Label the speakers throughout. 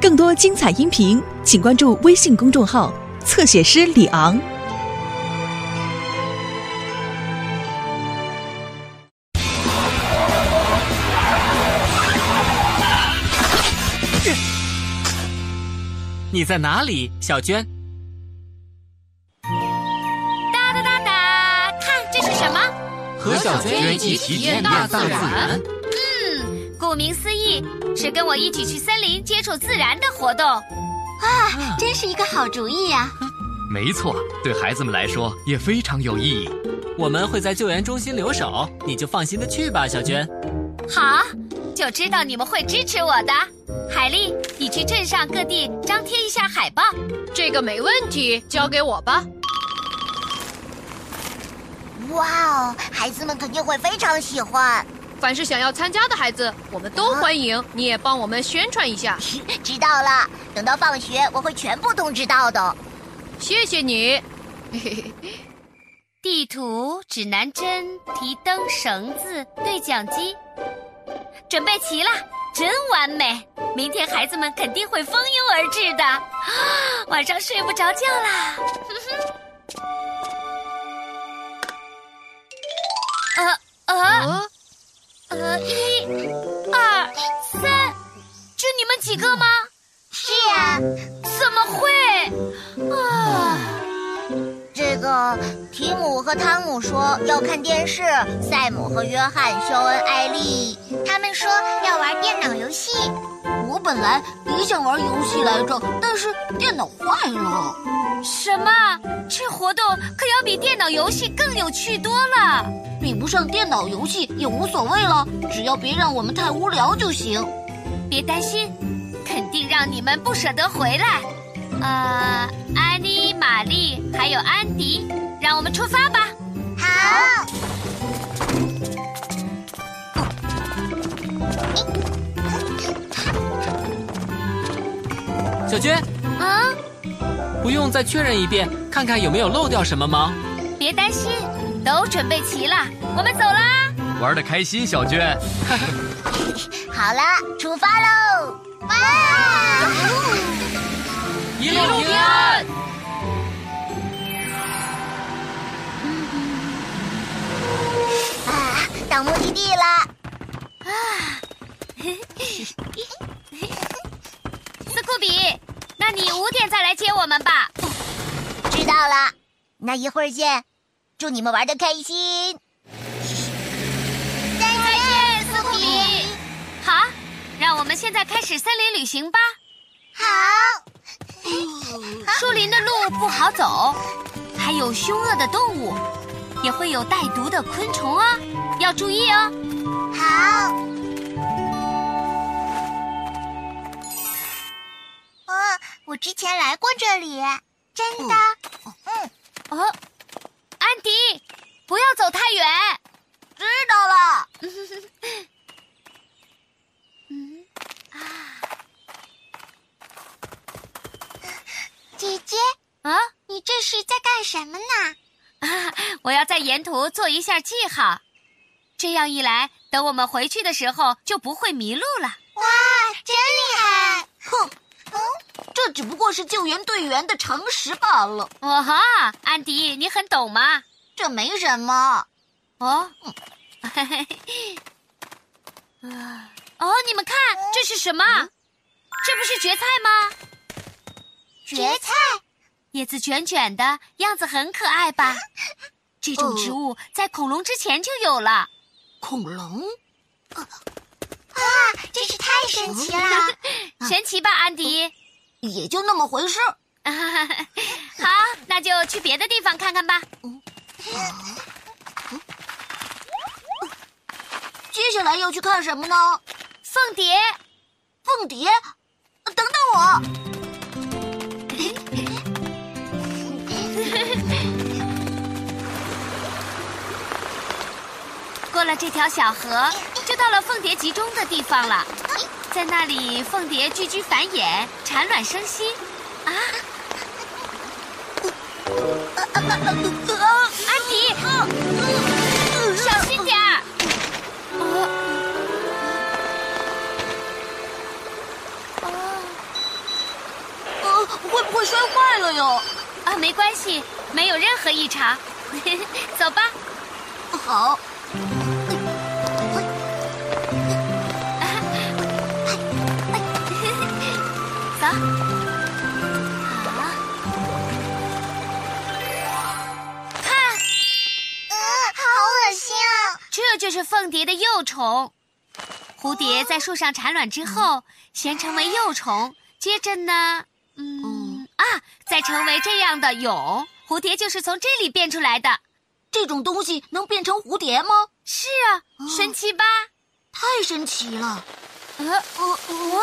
Speaker 1: 更多精彩音频，请关注微信公众号“侧写师李昂”。
Speaker 2: 你在哪里，小娟？
Speaker 3: 哒哒哒哒，看这是什么？
Speaker 4: 和小娟一起体验大自然。
Speaker 3: 嗯，顾名思义，是跟我一起去森林接触自然的活动。
Speaker 5: 啊，真是一个好主意啊呀、
Speaker 4: 没错，对孩子们来说也非常有意义。
Speaker 2: 我们会在救援中心留守，你就放心的去吧，小娟。
Speaker 3: 好，就知道你们会支持我的。海丽，你去镇上各地张贴一下海报。
Speaker 6: 这个没问题，交给我吧。
Speaker 5: 哇哦，孩子们肯定会非常喜欢。
Speaker 6: 凡是想要参加的孩子，我们都欢迎。你也帮我们宣传一下，
Speaker 5: 知道了，等到放学我会全部通知到的。
Speaker 6: 谢谢你。
Speaker 3: 地图、指南针、提灯、绳子、对讲机，准备齐了，真完美！明天孩子们肯定会蜂拥而至的， 啊晚上睡不着觉啦。 呃呃
Speaker 6: 哦，
Speaker 3: 呃，一、二、三，这你们几个吗？
Speaker 5: 是呀、
Speaker 3: 怎么会？啊，
Speaker 5: 这个提姆和汤姆说要看电视，塞姆和约翰、肖恩、艾丽他们说要玩电脑游戏。我本来也想玩游戏来着，但是电脑坏了。
Speaker 3: 什么？这活动可要比电脑游戏更有趣多了。
Speaker 5: 比不上电脑游戏也无所谓了，只要别让我们太无聊就行。
Speaker 3: 别担心，肯定让你们不舍得回来。呃，安妮、玛丽还有安迪，让我们出发吧。
Speaker 5: 好。
Speaker 2: 小娟，
Speaker 3: 啊，
Speaker 2: 不用再确认一遍，看看有没有漏掉什么吗？
Speaker 3: 别担心，都准备齐了，我们走啦。
Speaker 4: 玩的开心，小娟。
Speaker 5: 好了，出发喽！ 哇！
Speaker 2: 一
Speaker 3: 路平安。
Speaker 5: 啊，到目的地了。
Speaker 3: 斯库比，那你五点再来接我们吧。
Speaker 5: 知道了，那一会儿见，祝你们玩的开心。再见，斯库比。
Speaker 3: 好，让我们现在开始森林旅行吧。
Speaker 5: 好，
Speaker 3: 树林的路不好走，还有凶恶的动物，也会有带毒的昆虫啊，要注意哦。
Speaker 5: 好。哦，我之前来过这里，真的。嗯，
Speaker 3: 哦，安迪，不要走太远。
Speaker 5: 知道 了。嗯啊姐姐，
Speaker 3: 啊，
Speaker 5: 你这是在干什么呢？
Speaker 3: 我要在沿途做一下记号，这样一来，等我们回去的时候就不会迷路了。
Speaker 5: 哇，真厉害！哼，嗯，这只不过是救援队员的常识罢了，
Speaker 3: 哇哈，哦安迪，你很懂吗？
Speaker 5: 这没什么。
Speaker 3: 哦， 嘿嘿嘿，啊，哦，你们看这是什么？这不是蕨菜吗？
Speaker 5: 蕨菜，
Speaker 3: 叶子卷卷的样子很可爱吧？这种植物在恐龙之前就有了。
Speaker 5: 恐龙。哇，啊真是太神奇了！
Speaker 3: 神奇吧，安迪？
Speaker 5: 也就那么回事。
Speaker 3: 好，那就去别的地方看看吧。
Speaker 5: 接下来要去看什么呢？
Speaker 3: 凤蝶，
Speaker 5: 凤蝶，等等我。
Speaker 3: 过了这条小河，就到了凤蝶集中的地方了。在那里，凤蝶聚居繁衍，产卵生息。啊，安迪，小心点儿！
Speaker 5: 哦呃会不会摔坏了哟？
Speaker 3: 啊，没关系，没有任何异常。 走吧，
Speaker 5: 好，
Speaker 3: 走。
Speaker 5: 呃好恶心啊！
Speaker 3: 这就是凤蝶的幼虫。蝴蝶在树上产卵之后，先成为幼虫，接着呢，
Speaker 5: 哦
Speaker 3: 嗯啊，再成为这样的蛹。蝴蝶就是从这里变出来的。
Speaker 5: 这种东西能变成蝴蝶吗？哦
Speaker 3: 是啊，神奇吧？
Speaker 5: 太神奇了！
Speaker 3: 呃呃呃，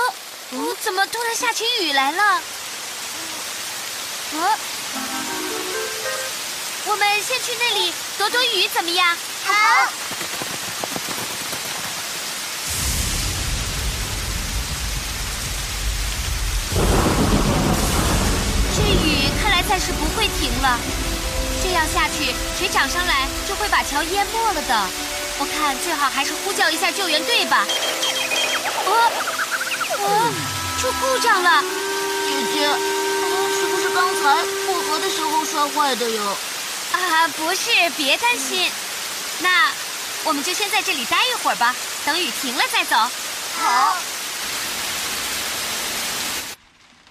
Speaker 3: 呃怎么突然下起雨来了？呃，我们先去那里躲躲雨怎么样？
Speaker 5: 好，
Speaker 3: 这雨看来暂时不会停了，这样下去水涨上来就会把桥淹没了的。我看最好还是呼叫一下救援队吧。哦，哦，出故障了！
Speaker 5: 姐姐，是不是刚才过河的时候摔坏的哟？
Speaker 3: 啊，不是，别担心。那我们就先在这里待一会儿吧，等雨停了再走。
Speaker 5: 好，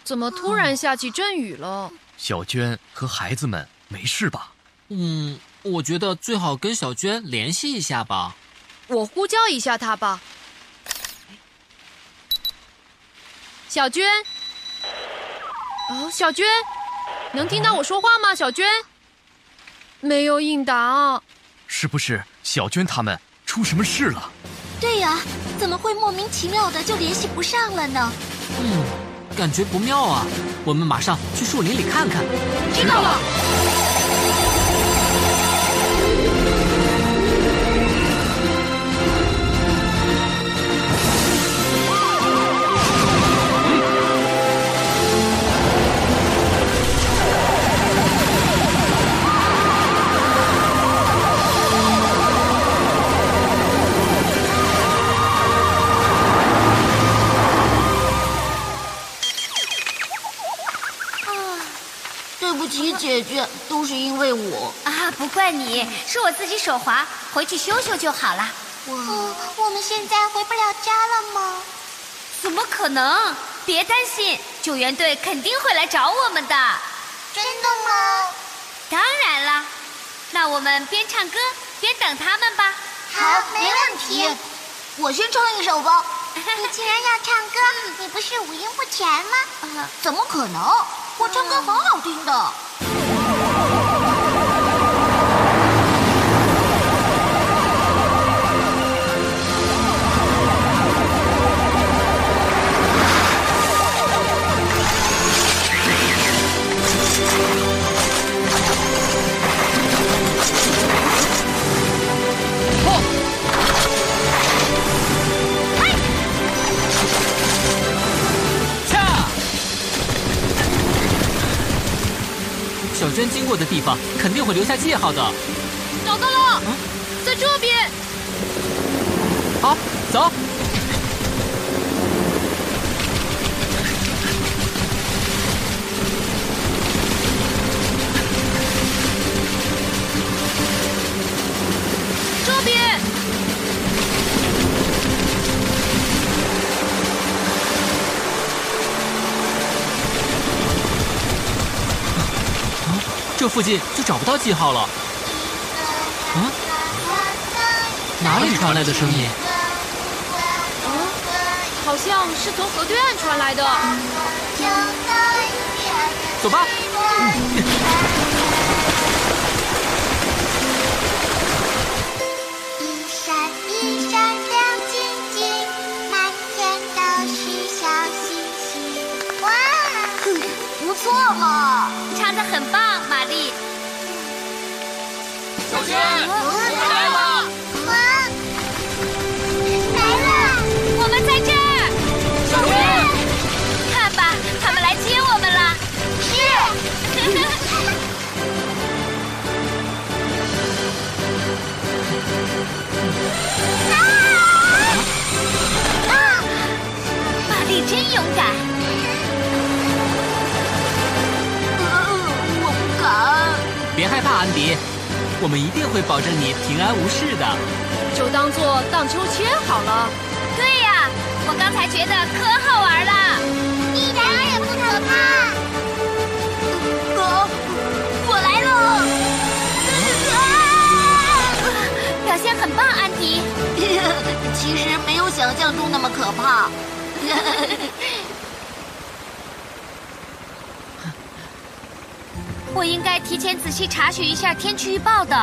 Speaker 6: 怎么突然下起阵雨了？
Speaker 4: 小娟和孩子们没事吧？
Speaker 2: 嗯，我觉得最好跟小娟联系一下吧。
Speaker 6: 我呼叫一下他吧。小娟，哦，小娟，能听到我说话吗？小娟，没有应答。啊
Speaker 4: 是不是小娟他们出什么事了？
Speaker 5: 对呀、怎么会莫名其妙的就联系不上了呢？
Speaker 2: 嗯，感觉不妙啊。我们马上去树林里看看。
Speaker 6: 知道了。
Speaker 5: 对不起，姐姐，都是因为我。
Speaker 3: 啊，不怪你，是我自己手滑，回去修修就好了。
Speaker 5: 嗯，我们现在回不了家了吗？
Speaker 3: 怎么可能？别担心，救援队肯定会来找我们的。
Speaker 5: 真的吗？
Speaker 3: 当然啦，那我们边唱歌边等他们吧。
Speaker 5: 好，没问题。我先唱一首吧。 你竟然要唱歌，你不是五音不全吗？呃怎么可能？我唱歌很好听的。
Speaker 2: 恰！小娟经过的地方肯定会留下记号的。
Speaker 6: 找到了，在这边。
Speaker 2: 好，走。
Speaker 6: 这边。
Speaker 2: 这附近就找不到记号了。嗯，
Speaker 5: 嗯
Speaker 2: 哪里传来的声音？
Speaker 5: 嗯
Speaker 6: 好像是从河对岸传来的。
Speaker 2: 走吧。
Speaker 5: 一闪一闪亮晶晶，满天都是小星星。哇，不错嘛！
Speaker 3: 唱得很棒，玛丽。
Speaker 2: 小娟，
Speaker 5: 来了！哇，来了！
Speaker 3: 我们在这儿。小娟，看吧，他们来接我们了。是。 玛丽真勇敢。
Speaker 5: 啊！
Speaker 2: 安迪，我们一定会保证你平安无事的。
Speaker 6: 就当做荡秋千好了。
Speaker 3: 对呀、我刚才觉得可好玩了。
Speaker 5: 一点也不可怕。
Speaker 3: 狗，哦我来喽！啊表现很棒，安迪。
Speaker 5: 其实没有想象中那么可怕。
Speaker 3: 我应该提前仔细查询一下天气预报的。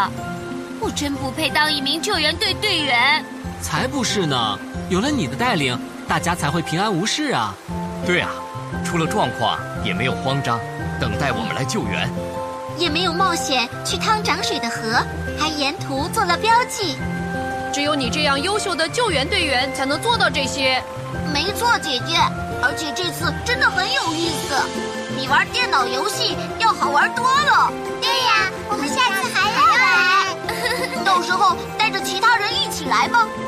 Speaker 3: 我真不配当一名救援队队员。
Speaker 2: 才不是呢，有了你的带领，大家才会平安无事啊。
Speaker 4: 对啊，出了状况也没有慌张，等待我们来救援。
Speaker 5: 也没有冒险去趟涨水的河，还沿途做了标记。
Speaker 6: 只有你这样优秀的救援队员才能做到这些。
Speaker 5: 没错，姐姐，而且这次真的很有意思，比玩电脑游戏要好玩多了。对 呀，我们下次还要来，到时候带着其他人一起来吧。哦呃